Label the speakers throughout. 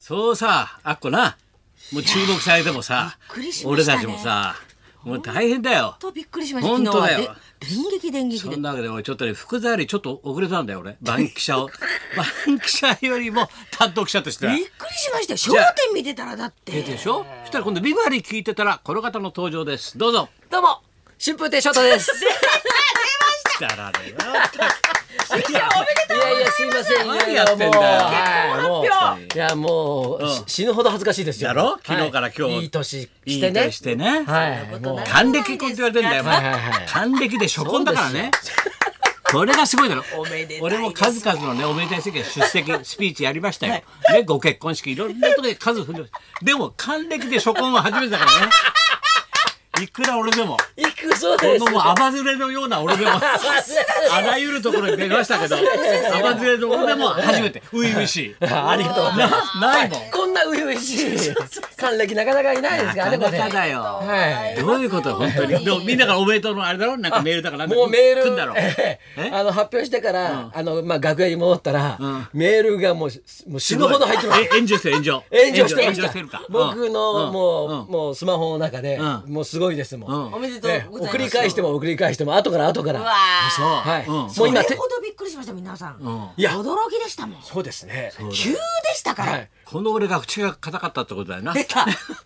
Speaker 1: そうさあっこなもう注目されてもさ
Speaker 2: びっくりしま
Speaker 1: 俺
Speaker 2: したね
Speaker 1: たちもさもう大変だよ
Speaker 2: とびっくりしました
Speaker 1: 本当だよ
Speaker 2: 昨日はで電撃電撃
Speaker 1: そ
Speaker 2: で
Speaker 1: んなわけで俺ちょっとね福沢よりちょっと遅れたんだよ俺バンキシャをバンキシャよりも単独記者としては
Speaker 2: びっくりしましたよ焦
Speaker 1: ゃあ
Speaker 2: 点見てたらだっ
Speaker 1: え
Speaker 2: て
Speaker 1: でしょそしたら今度ビバリー聞いてたらこの方の登場ですどうぞ
Speaker 3: どうも春風亭昇 太です。
Speaker 1: 来た らねよ
Speaker 3: いやいやすいません。
Speaker 1: 何
Speaker 3: いやい
Speaker 1: やってんだよ
Speaker 3: もうはいもういやもう、し死ぬほど恥ずかしいですよ。
Speaker 1: だろ
Speaker 3: はい
Speaker 1: 昨日から今日
Speaker 3: いい年
Speaker 1: い
Speaker 3: し
Speaker 1: い
Speaker 3: てね。
Speaker 1: 年してね
Speaker 3: はい。もう
Speaker 1: 還暦婚って言われてんだよ、
Speaker 3: はいはいはい
Speaker 1: 還暦で初婚だからねこれがすごいだろ
Speaker 2: おめでたいです
Speaker 1: 俺も数々のねおめでたい世間出席スピーチやりましたよ、ねご結婚式いろんなとこで数踏んでましたでも還暦で初婚は初めてだからねいくら俺でも
Speaker 3: 行くそう
Speaker 1: こ
Speaker 3: です。
Speaker 1: のもう暴ずれのような俺でもあらゆるところに出ましたけど暴ずれの俺でも初めて初々しい
Speaker 3: ありがとうございます。
Speaker 1: なないもん
Speaker 3: こんな初々しい還暦なかなかいないですからね。
Speaker 1: なかなか
Speaker 3: これ
Speaker 1: だよ
Speaker 3: はい。
Speaker 1: どういうこと本当にでもみんなからおめでとうのあれだろなんかメールだからなんだ
Speaker 3: もうメー
Speaker 1: 来んだろ
Speaker 3: ル、ええあの発表してから、あのまあ楽屋に戻ったら、メールがもうもう死ぬほど入ってます。
Speaker 1: え炎上してる炎上
Speaker 3: 炎上してまし
Speaker 1: 炎上
Speaker 3: た
Speaker 1: てるか。
Speaker 3: 僕
Speaker 1: う
Speaker 3: の
Speaker 1: ん
Speaker 3: もう、
Speaker 1: うん
Speaker 3: もうスマホの中で、
Speaker 1: うん
Speaker 3: もうすごいですもん。
Speaker 1: うん
Speaker 2: おめでと
Speaker 3: ね
Speaker 2: うございます
Speaker 3: 送り返しても送り返しても後から後か
Speaker 2: う
Speaker 3: ら。
Speaker 2: わあ
Speaker 1: そう
Speaker 3: はい。
Speaker 1: うん
Speaker 3: も
Speaker 2: そうれ
Speaker 3: 今
Speaker 2: ほ
Speaker 3: て
Speaker 2: どびっくりしました皆さん、
Speaker 3: いや
Speaker 2: 驚きでしたもん
Speaker 3: そうですね。
Speaker 2: 急でしたから、
Speaker 3: はい。
Speaker 1: この俺が口が硬かったってことだよな
Speaker 2: 出た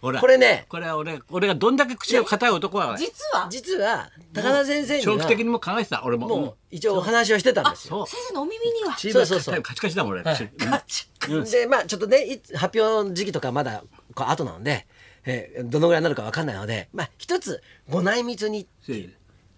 Speaker 1: ほら
Speaker 3: これね
Speaker 1: これは俺俺がどんだけ口が硬い男は
Speaker 2: 実は先
Speaker 3: 実は高田先生に
Speaker 1: 長期
Speaker 3: は
Speaker 1: 的にも考えてた俺も
Speaker 3: も
Speaker 1: うん
Speaker 3: う一応お話をしてたんですよ。
Speaker 1: そう
Speaker 2: 生のお耳には
Speaker 1: チー
Speaker 3: そうそうそう
Speaker 1: ムカチカチだもん俺
Speaker 3: はい
Speaker 1: 口
Speaker 2: ガチ
Speaker 3: でまあちょっとねいつ発表の時期とかまだこう後なので、えーどのぐらいになるかわかんないので、まあ一つご内密に。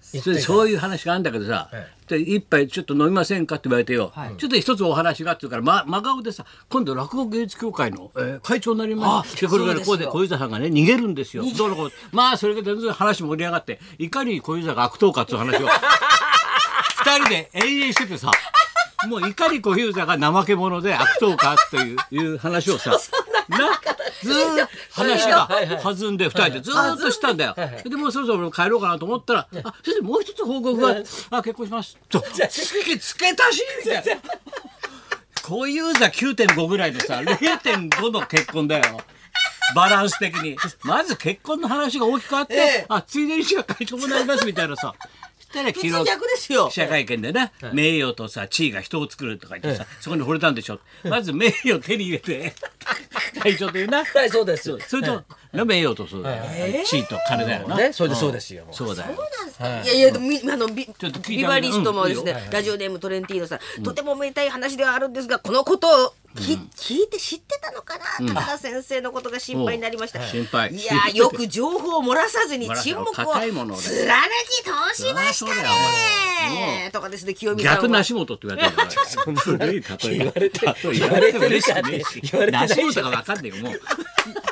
Speaker 1: それでそういう話があるんだけどさ
Speaker 3: え
Speaker 1: 「で一杯ちょっと飲みませんか?」って言われてよ、ちょっと一つお話がって言うから、ま、真顔でさ今度落語芸術協会の、えー会長になりますってこれからこうで小遊三さんがね逃げるんですよ。どうのこうまあそれが全然話盛り上がっていかに小遊三が悪党かっていう話を二人で延々しててさ。もういかに小遊三が怠け者で悪党かといういう話をさなずーっと話が弾んで二人でずーっとしたんだよ。でもうそろそろ俺も帰ろうかなと思ったら「あ先生もう一つ報告があってあ結婚します」と「月付け足し」みたいな。小遊三9.5ぐらいでさ0.5の結婚だよ。バランス的にまず結婚の話が大きくあって、あついでにしか会長もなりますみたいなさしたら昨日
Speaker 2: 普通逆ですよ
Speaker 1: 記者会見でね、名誉とさ地位が人を作るとか言ってさ、そこに惚れたんでしょまず名誉を手に入れ て会長というな
Speaker 3: はいそうです。
Speaker 1: そうそれと、な名誉とそうだよ、地位と金だよな、
Speaker 3: ねそうですそうですよ。
Speaker 1: そうだよ
Speaker 2: いやいやでもみあのビ
Speaker 1: ょっと聞いて
Speaker 2: ビバリストもですね、
Speaker 1: うん
Speaker 2: ラジオネームトレンティーノさん、とてもおめでたい話ではあるんですがこのことをき、聞いて知ってたのかな、高田先生のことが心配になりました、
Speaker 1: うん心配
Speaker 2: いやーよく情報を漏らさずに
Speaker 1: 漏らさず
Speaker 2: 沈黙を
Speaker 1: 硬い
Speaker 2: 貫
Speaker 1: ものを
Speaker 2: き
Speaker 1: ね
Speaker 2: 通しました
Speaker 1: そりゃそうだよ
Speaker 2: ねとかですね清美さんは
Speaker 1: 逆梨本って言われてる から 古い例えが
Speaker 3: 言われてる
Speaker 1: 嬉し
Speaker 3: じ
Speaker 1: く
Speaker 3: ゃん
Speaker 1: ねえし
Speaker 3: 言われてないじゃん
Speaker 1: 梨本が分かんねえよもう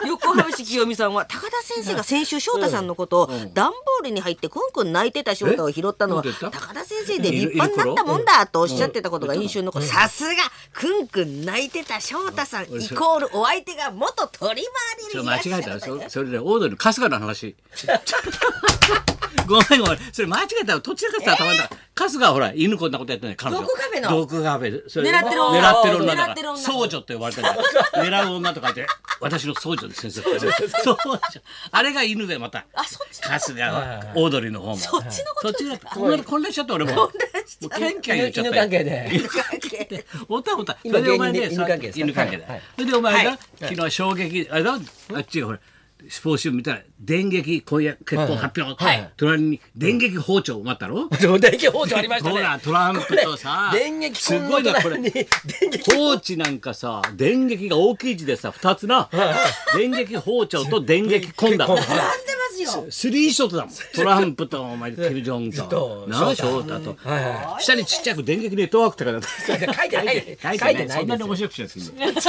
Speaker 2: 横浜市清美さんは高田先生が先週翔太さんのことを段ボールに入ってくんくん泣いてた翔太を拾ったのは
Speaker 1: えなんて言
Speaker 2: 高
Speaker 1: った
Speaker 2: 田先生で立派になったもんだとおっしゃってたことが印象に残るさすがくんくん泣いてた翔太さんイコールお相手が元取り
Speaker 1: ちょ
Speaker 2: 回
Speaker 1: 間違
Speaker 2: りにいらっ
Speaker 1: え
Speaker 2: したゃ
Speaker 1: よ
Speaker 2: ったよ
Speaker 1: そそれでオードリーの春日の話ごめんごめんそれ間違えたどちらかって言ったら頭だ、春日はほら犬こんなことやってない彼女
Speaker 2: 毒カフェの
Speaker 1: 毒カフェそれ
Speaker 2: 狙ってる女
Speaker 1: 狙ってる女だ
Speaker 2: 狙
Speaker 1: か
Speaker 2: ってる
Speaker 1: ら
Speaker 2: 女
Speaker 1: 僧女って呼ばれてる狙う女とかいて私の僧女です先生 僧女あれが犬でまた
Speaker 2: あそっちの
Speaker 1: 春日はオードリーの方も
Speaker 2: そっちのこ
Speaker 1: そっ
Speaker 2: と
Speaker 1: ちだってこんな混乱しちゃった俺ももうキャンキャン言っちゃっ
Speaker 3: 犬
Speaker 1: たよ
Speaker 3: 関係で。
Speaker 1: おたおた。そ
Speaker 3: 今
Speaker 1: れでお前
Speaker 3: 芸
Speaker 1: ね、
Speaker 3: 人で
Speaker 1: さ
Speaker 3: 犬関係ですか
Speaker 1: 犬関係だ
Speaker 3: はいはい。
Speaker 1: それでお前
Speaker 2: は
Speaker 1: が
Speaker 2: い
Speaker 1: 昨日衝撃、あれだ、あっちがほら。スポーツ紙見たら電撃婚約結婚発表、
Speaker 3: はいはい
Speaker 1: 隣に電撃包丁待ったろ、
Speaker 3: でも電撃包丁ありましたね。
Speaker 1: ほらトランプとさ
Speaker 3: これ電撃
Speaker 1: すごいなこれ
Speaker 3: この隣に電撃
Speaker 1: 包丁なんかさ電撃が大きい字でさ2つな電撃包丁と電撃婚 だ
Speaker 2: 並んでますよ
Speaker 1: スリーショットだもんトランプとお前キム・ジョンウンと
Speaker 3: と
Speaker 1: なあ翔太と
Speaker 3: はいは
Speaker 1: 下にちっちゃく電撃ネットワークって書いてあった
Speaker 3: い。書いてない。書い
Speaker 1: 書い
Speaker 3: て
Speaker 1: て
Speaker 3: な
Speaker 1: ないそ
Speaker 3: い
Speaker 1: んな
Speaker 3: です
Speaker 1: に
Speaker 3: よ
Speaker 1: 面白く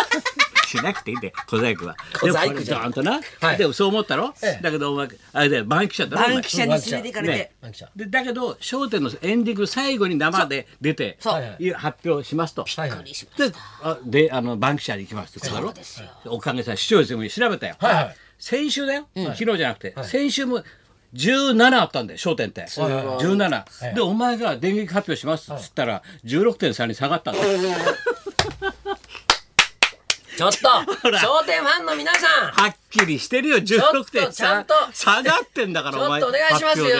Speaker 1: しなくていいんだよしなくていいんだよ小細工は
Speaker 3: 小細工じゃ
Speaker 1: でもこれド
Speaker 3: ん
Speaker 1: ーンとな、
Speaker 3: はい
Speaker 1: でもそう思ったろ、
Speaker 3: ええ
Speaker 1: だけどお前あれだよバンキシャだろお前
Speaker 2: バンキシャに連れて行かれて、
Speaker 1: ね
Speaker 3: マンキちゃん
Speaker 1: でだけど『笑点』のエンディング最後に生で出て
Speaker 2: そう
Speaker 3: はいはい
Speaker 1: いう発表しますと。
Speaker 3: は
Speaker 2: びっ
Speaker 3: いは
Speaker 2: く
Speaker 3: い
Speaker 2: りしまし
Speaker 1: であであのバンキシャに行きますってことだろ
Speaker 2: そうですよ
Speaker 1: おかげさ視聴率も調べたよ、
Speaker 3: はいはい
Speaker 1: 先週だよ、昨日じゃなくて、先週も17あったんだよ『笑点』って
Speaker 3: ごい
Speaker 1: 17、でお前が電撃発表しますっつったら16.3に下がったんだよ
Speaker 3: ちょっと笑点ファンの皆さん
Speaker 1: はっきりしてるよ
Speaker 3: ょっと
Speaker 1: 16点
Speaker 3: ちゃん
Speaker 1: 下
Speaker 3: と
Speaker 1: がってんだから
Speaker 3: ちょっと
Speaker 1: お前
Speaker 3: お願いします
Speaker 1: 発
Speaker 3: よ
Speaker 1: 表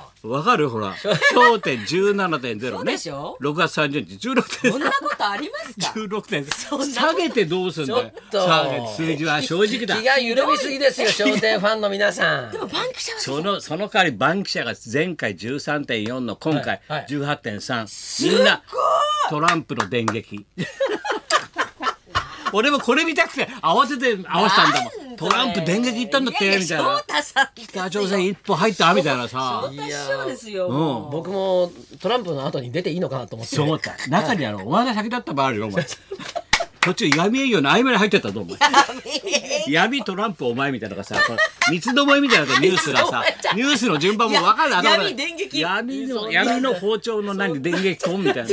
Speaker 1: でわかるほ ら焦点17.0
Speaker 2: そう
Speaker 1: ね
Speaker 2: でしょ
Speaker 1: 6月30日16点
Speaker 2: そんなことありますか
Speaker 1: 16点
Speaker 2: んなこと
Speaker 1: 下げてどうすんだよ
Speaker 3: ちょっと
Speaker 1: 下げて数字は正直だ
Speaker 3: 気が緩みすぎですよ笑点ファンの皆さん
Speaker 2: でもバンキシャは
Speaker 1: そのその代わりバンキシャが前回13.4の今回
Speaker 3: はいはい
Speaker 1: 18.3、みんなトランプの電撃 俺もこれ見たくて慌てて合わせたんだもんトランプ電撃行ったんだってみたいな
Speaker 2: 翔太さん
Speaker 1: 北朝鮮一歩入ったみたいなさ
Speaker 2: 翔太師匠ですよ
Speaker 1: うん
Speaker 2: もう
Speaker 3: 僕もトランプの後に出ていいのかなと思って
Speaker 1: そう思った中にあのお前が先だった場合あるよお前途中闇営業の合間に入ってったと思う闇トランプお前みたいなのがさこの三つどもえみたいなのがニュースがさニュースの順番も分かる
Speaker 2: や
Speaker 1: 頭の中
Speaker 2: 闇電撃
Speaker 1: 闇の闇の包丁の何電撃痕みたいな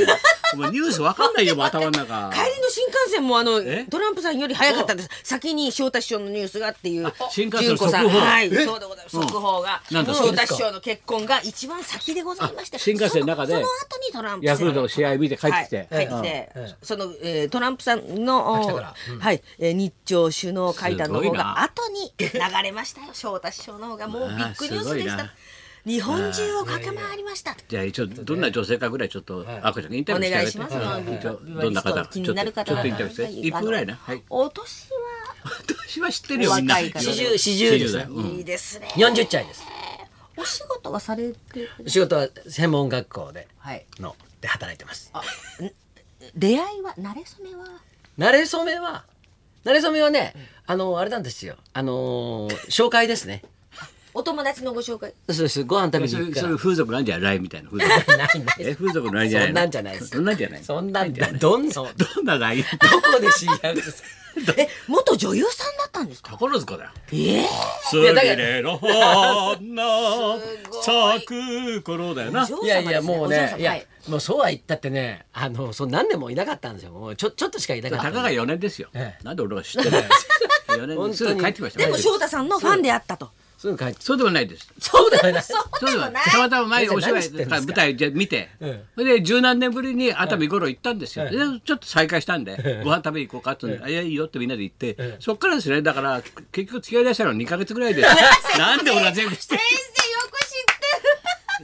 Speaker 1: お前ニュース分かんないよもう頭の中
Speaker 2: 帰りの新幹線もあの
Speaker 1: え
Speaker 2: トランプさんより早かったです先に翔太師匠のニュースがっていう
Speaker 1: 新幹線の
Speaker 2: 順子さん
Speaker 1: 速報
Speaker 2: はい
Speaker 1: え
Speaker 2: そうでございます速報が
Speaker 1: うんなんだ
Speaker 2: 翔太師匠の結婚が一番先でございまして
Speaker 1: あ新幹線の中で
Speaker 2: そのその後にトランプさん
Speaker 1: ヤクルトの試合見て帰ってきて、
Speaker 2: はい、帰ってきて、その、えー、トランプさんの、お
Speaker 3: 来たから
Speaker 2: はい、えー、日朝首脳会談の
Speaker 1: す
Speaker 2: 方
Speaker 1: ごいな
Speaker 2: が後に流れましたよ。翔太師匠の方がもうビッグニュ
Speaker 1: あ
Speaker 2: ースでし
Speaker 1: ーすごいな
Speaker 2: た。日本中を駆け回りました。
Speaker 1: じゃあ一応どんな女性かぐらいちょっと赤ちゃんにインタ
Speaker 2: お
Speaker 1: ビューしてあ
Speaker 2: 願い
Speaker 1: げて
Speaker 2: します。
Speaker 1: 一応どんな
Speaker 2: ちょ
Speaker 1: 方
Speaker 2: っと気になる
Speaker 1: ちょっとち
Speaker 2: 方
Speaker 1: ょっ
Speaker 2: は
Speaker 1: とインタビューして一分ぐらいなはい
Speaker 2: お年
Speaker 1: 私は知ってるよみんな
Speaker 2: お若いから
Speaker 3: 40 40ですね
Speaker 1: 40
Speaker 2: はいいですね。
Speaker 3: 40歳です
Speaker 2: お仕事はされてる。
Speaker 3: 仕事は専門学校で
Speaker 2: はい。
Speaker 3: ので働いてます
Speaker 2: 出会いは馴れ初めは。
Speaker 3: 慣れ初めは慣れ初めはねあのあれなんですよあのー紹介ですね
Speaker 2: お友達のご紹介。
Speaker 3: そうですご飯食べに
Speaker 1: そうい
Speaker 3: 行
Speaker 1: う
Speaker 3: くか
Speaker 1: そういう
Speaker 3: ら
Speaker 1: 風俗なんじゃないみたいな風俗
Speaker 3: ないない
Speaker 1: え風俗なんじゃないの
Speaker 3: そんなんじゃないです
Speaker 1: そんなんじゃない
Speaker 3: そんなんだどんなど
Speaker 1: どんなライン
Speaker 3: こで知り合うんですか
Speaker 2: え、元女優さんだったんですか。
Speaker 1: 宝塚だよ
Speaker 2: ええ
Speaker 1: す
Speaker 3: やだから
Speaker 1: げれの花咲く頃だよな
Speaker 2: お嬢様ですね
Speaker 3: いやいやもう
Speaker 2: お嬢
Speaker 3: ね
Speaker 2: 様
Speaker 3: い
Speaker 2: は
Speaker 3: や
Speaker 2: い
Speaker 3: もうそうは言ったってねあのそう何年もいなかったんですよもうちょちょっとしかいなかった
Speaker 1: たか
Speaker 3: んで
Speaker 1: が4年ですよ
Speaker 3: ええ
Speaker 1: なんで俺が知ってるの4
Speaker 3: 本当
Speaker 1: 年
Speaker 3: に
Speaker 1: すぐ帰ってきました
Speaker 2: でも
Speaker 1: そ
Speaker 2: 翔太さんのファンであったと。
Speaker 3: すぐ帰って
Speaker 1: うでもないです
Speaker 3: そうだよね
Speaker 1: そうでもないたまたま前お芝
Speaker 3: 何
Speaker 1: 居
Speaker 3: 知ってんです
Speaker 1: 舞
Speaker 3: か
Speaker 1: 台で見て
Speaker 3: ええ
Speaker 1: それで十何年ぶりに熱海五郎行ったんですよでちょっと再会したんでご飯食べに行こうかって言うんであいやいいよってみんなで行ってそっからですねだから結局付き合いだしたのは2ヶ月ぐら いでなんで俺が全部知って
Speaker 2: 先
Speaker 1: る
Speaker 2: 生よく知ってる。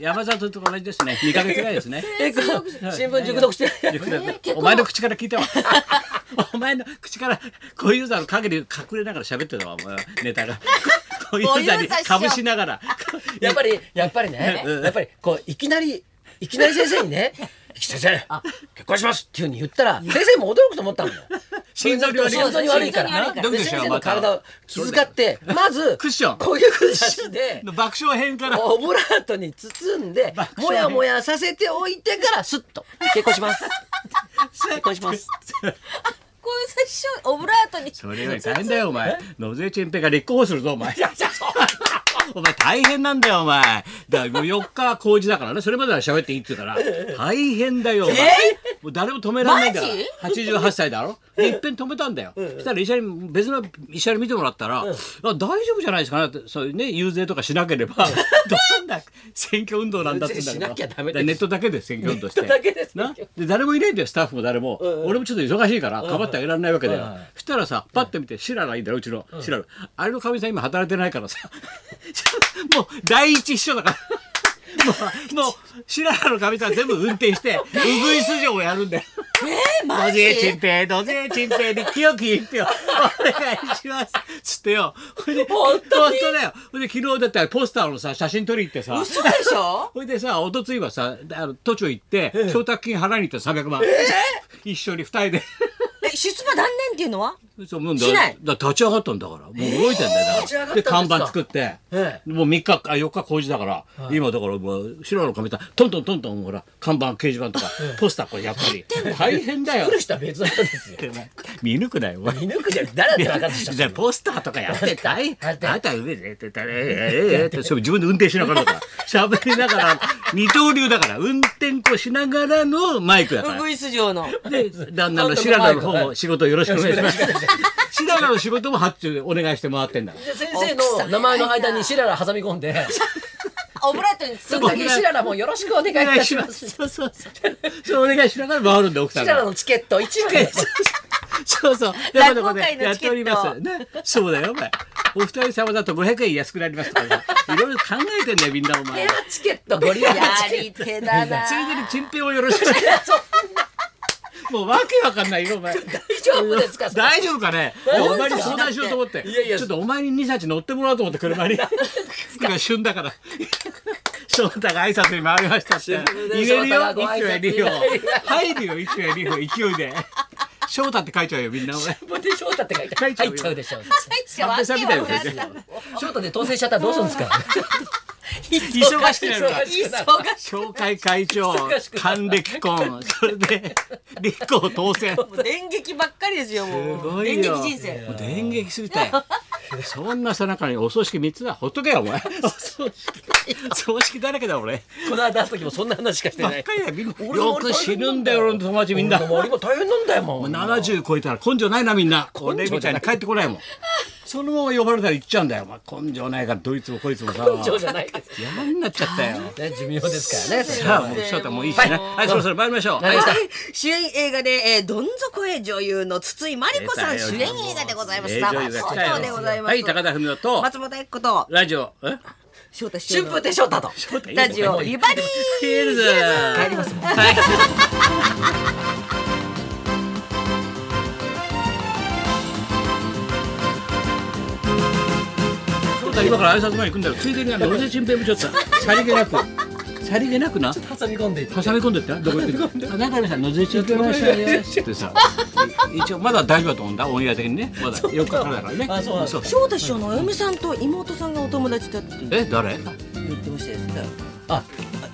Speaker 1: 山里と同じですね2ヶ月ぐらいです ね
Speaker 3: えこう新聞熟読して
Speaker 1: よくだねお前の口から聞いたわ お前の口から小遊三の陰で隠れながら喋ってたわお前はネ タが小遊三にかぶしながら
Speaker 3: やっぱりやっぱりねやっぱりこういきなりいきなり先生にね「先生結婚します」っていうふうに言ったら先生も驚くと思ったのよ
Speaker 1: 心臓に悪い
Speaker 3: 心臓に悪いから
Speaker 2: 心臓に悪いから
Speaker 1: どう
Speaker 3: で
Speaker 1: でし
Speaker 3: 先
Speaker 1: ょう
Speaker 3: 生
Speaker 1: ま
Speaker 3: の
Speaker 1: た
Speaker 3: 体を気遣ってまず
Speaker 1: クッション
Speaker 3: こういうふうにして
Speaker 1: の 爆笑編から
Speaker 3: オブラートに包んで
Speaker 1: 爆笑
Speaker 3: もやもやさせておいてからスッと結婚し ます結婚します
Speaker 2: こういう最初オブラートに。
Speaker 1: それより大変だよお前野添チンペが立候補するぞお前 お前大変なんだよお前だからもう4日工事だからねそれまでは喋っていいって言うから大変だよお前、もう誰も止められないから88歳だろでいっぺん止めたんだよ、そしたら医者に別の医者に見てもらったら、あ大丈夫じゃないですかねってそういうね遊説とかしなけ ればどんな選挙運動なんだってんだ
Speaker 3: 遊説しなきゃダメ
Speaker 1: から
Speaker 3: です
Speaker 1: ネットだけで選挙運動して
Speaker 3: ネットだけで選
Speaker 1: な
Speaker 3: 挙
Speaker 1: で誰もいないんだよスタッフも誰も、俺もちょっと忙しいからかばってあげられないわけだよ、そしたらさパッと見てシララいいんだようちのシララあれのかみさん今働いてないからさ もう第一秘書だからもうもうシララのかみさん全部運転してうぐいす嬢をやるんだよ
Speaker 2: え
Speaker 1: 「野
Speaker 2: マジ。
Speaker 1: 勢陳平野勢陳平に清き一票お願いします」つってよほいで
Speaker 2: 本当に
Speaker 1: 本当だよほいで昨日だってポスターのさ写真撮りに行ってさ
Speaker 2: 嘘でしょ。
Speaker 1: それでさ、おとついはさ、あの都庁行って、供託金払いに行った300万。一緒に二人で。
Speaker 2: え出馬断念っていうのは。
Speaker 1: そうもうだ
Speaker 2: しない
Speaker 1: だ立ち上がったんだから。もう動いてんだよ。だ
Speaker 3: 立ち上
Speaker 1: から。
Speaker 3: がったん
Speaker 1: で、
Speaker 3: ですか
Speaker 1: 看板作って。
Speaker 3: え
Speaker 1: もう3日、あ、4日工事だから、今だからもう、白の紙たトントントントン、ほら、看板、掲示板とか、ポスター、これやっぱり。大変だよ
Speaker 3: 来。る人は別なんですよ
Speaker 1: 見抜くなよ、お前。
Speaker 3: 見抜くじゃん誰だって分かるでしょ
Speaker 1: じゃあポスターとかやってたい
Speaker 3: や
Speaker 1: あ
Speaker 3: っ
Speaker 1: な
Speaker 3: て
Speaker 1: た上でやってたねえええええってそれ自分で運転しながらだから喋りながら二刀流だから運転こうしながらのマイクだか
Speaker 2: ウ
Speaker 1: ら
Speaker 2: グイス城の。
Speaker 1: で旦那の白良の方も仕事よろしくお願いします白良の仕事も発注でお願いして回ってんだから
Speaker 3: で先生の名前の間にシララ挟み込んで
Speaker 2: オブラートに
Speaker 3: そ
Speaker 2: 包
Speaker 3: の
Speaker 2: ん
Speaker 3: 時
Speaker 2: で。
Speaker 3: シララもよろしくお願いい
Speaker 1: お願
Speaker 3: た
Speaker 1: いし
Speaker 3: し
Speaker 1: ま
Speaker 3: ますす
Speaker 1: そうそうそうそれお願いしながら回るんで奥さ
Speaker 3: シ
Speaker 1: ん
Speaker 3: ララ
Speaker 1: が
Speaker 3: のチケット1枚
Speaker 1: そうそう。
Speaker 2: 落語会のチケット
Speaker 1: やっております。ね。そうだよ、お前。お二人様だと500円安くなりますとかさ、いろいろ考えてんだよ、みんなお前。
Speaker 3: チケットご利用
Speaker 2: やり手だな。
Speaker 1: ついでにチンペイをよろしく。もうわけわかんないよ、お 前。
Speaker 3: 大丈夫ですかそれ
Speaker 1: 大丈夫かね。
Speaker 3: 大丈夫
Speaker 1: お前に相談しようと思って。
Speaker 3: いやいや
Speaker 1: ちょっとお前に二冊乗ってもらおうと思って車 に。今旬だから。翔太が挨拶に回りましたって。
Speaker 3: 旬で
Speaker 1: 言えるよ、
Speaker 3: 翔太が
Speaker 1: 一
Speaker 3: ご挨
Speaker 1: 票や
Speaker 3: 拶
Speaker 1: 二票。入るよ、一票や二票、勢いで。翔太って書いちゃうよ、みん な。お前
Speaker 3: もうで翔太って書いて
Speaker 1: 書
Speaker 3: 入
Speaker 1: いちゃうよ
Speaker 3: っちゃうでしょ
Speaker 2: 入っちゃわ
Speaker 1: 三平さんみたいな
Speaker 2: けわかん
Speaker 1: こ
Speaker 2: な
Speaker 1: と
Speaker 2: い
Speaker 3: 翔太で当選しちゃったらどうするん ですか
Speaker 1: 忙しくなるから
Speaker 3: 忙。しくなる
Speaker 1: 紹介会長
Speaker 3: 忙しく、なる
Speaker 1: 還暦婚、それで、立候補当選。
Speaker 2: もう電撃ばっかりですよ
Speaker 1: す
Speaker 2: もう
Speaker 1: ご
Speaker 2: 電
Speaker 1: い
Speaker 2: 撃
Speaker 1: よ
Speaker 2: 人生
Speaker 1: もう電撃すぎたよそんなさなかにお葬式3つだほっとけよお前お葬式葬式だらけだ俺
Speaker 3: この間会った時もそんな話しかして
Speaker 1: ば
Speaker 3: な
Speaker 1: っ
Speaker 3: い
Speaker 1: かりだよみんな
Speaker 3: 俺
Speaker 1: よく死ぬんだよ俺の友達みんな
Speaker 3: 俺の周りも大変なんだよもう
Speaker 1: 70超えたら根性ないなみんな俺みたいな帰ってこないもんそのまま呼ばれたら行っちゃうんだよお前根性ないからどいつもこいつもさ
Speaker 3: 長じゃないです
Speaker 1: 山になっちゃったよ
Speaker 3: ね寿命ですからねそれは
Speaker 1: さあもう翔太もういいしねはいそろそろ参りましょう
Speaker 3: 何でした
Speaker 2: 主演映画で、えーどん底へ女優の筒井真理子さん
Speaker 1: 出たよ
Speaker 2: 主演映画でございます。
Speaker 1: 名女優が来たよ
Speaker 2: そうでございます。
Speaker 1: はい高田文夫と
Speaker 2: 松本明子と
Speaker 1: ラジオえ
Speaker 2: 翔太師匠
Speaker 3: 春
Speaker 2: の
Speaker 3: 風亭翔太と
Speaker 2: ラジオビバリー
Speaker 1: ヒルズ
Speaker 3: 帰りますもん
Speaker 1: そう だ今から挨拶前に行くんだよついでにあの俺で新兵部長ってさりげなくさりげなくな
Speaker 3: 挟み込んでいって
Speaker 1: 挟み込んでってなどこ行ってんのあ中山さんのぜち行ってましたよってさ一応まだ大丈夫だと思うんだオンエア的にねまだ4日からだからね
Speaker 3: あそうなんだ
Speaker 1: そう
Speaker 2: 翔太師匠のお嫁さんと妹さんがお友達だって
Speaker 1: え誰
Speaker 2: 言ってましたよ。
Speaker 3: あ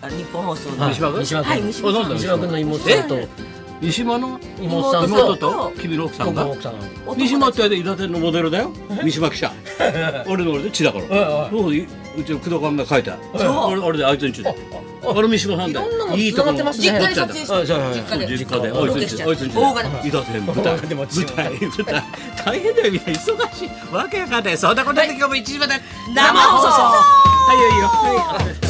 Speaker 2: あ日本放送の。
Speaker 1: はい西村君
Speaker 3: 西村
Speaker 2: はい
Speaker 3: 君
Speaker 2: 西村さん
Speaker 1: あなんだ
Speaker 3: 西村君の妹さんと
Speaker 1: え西島の
Speaker 3: 妹さん
Speaker 1: 妹
Speaker 3: と
Speaker 1: と君の奥さん
Speaker 3: 僕
Speaker 1: が
Speaker 3: の奥さんが
Speaker 2: お友達
Speaker 1: 三島って伊達のモデルだよ三島 記者俺の俺で血だから
Speaker 3: は
Speaker 1: そううちの工藤官が書いた俺俺であいつに血だ
Speaker 3: ああ
Speaker 1: 俺三島さんだ
Speaker 3: いろんな
Speaker 1: よ
Speaker 3: の
Speaker 1: いいとこ
Speaker 3: 繋が
Speaker 1: の
Speaker 3: ってます
Speaker 2: 実
Speaker 3: ね
Speaker 2: 家で撮影して
Speaker 3: はいはいはい
Speaker 2: 実家で
Speaker 1: 実家で
Speaker 2: ロ
Speaker 1: あ
Speaker 2: ケ
Speaker 1: いつ
Speaker 2: し
Speaker 1: ん
Speaker 2: ち
Speaker 1: ち
Speaker 2: ゃ
Speaker 1: あ
Speaker 2: う
Speaker 1: いつんち
Speaker 2: 大金持ち
Speaker 1: 伊達編舞台
Speaker 3: 大金持ち
Speaker 1: 舞台舞台大変だよみんな忙しいわけわかんないそんなことで今日も一時まで
Speaker 2: 生放送
Speaker 1: はいいいよいいよはい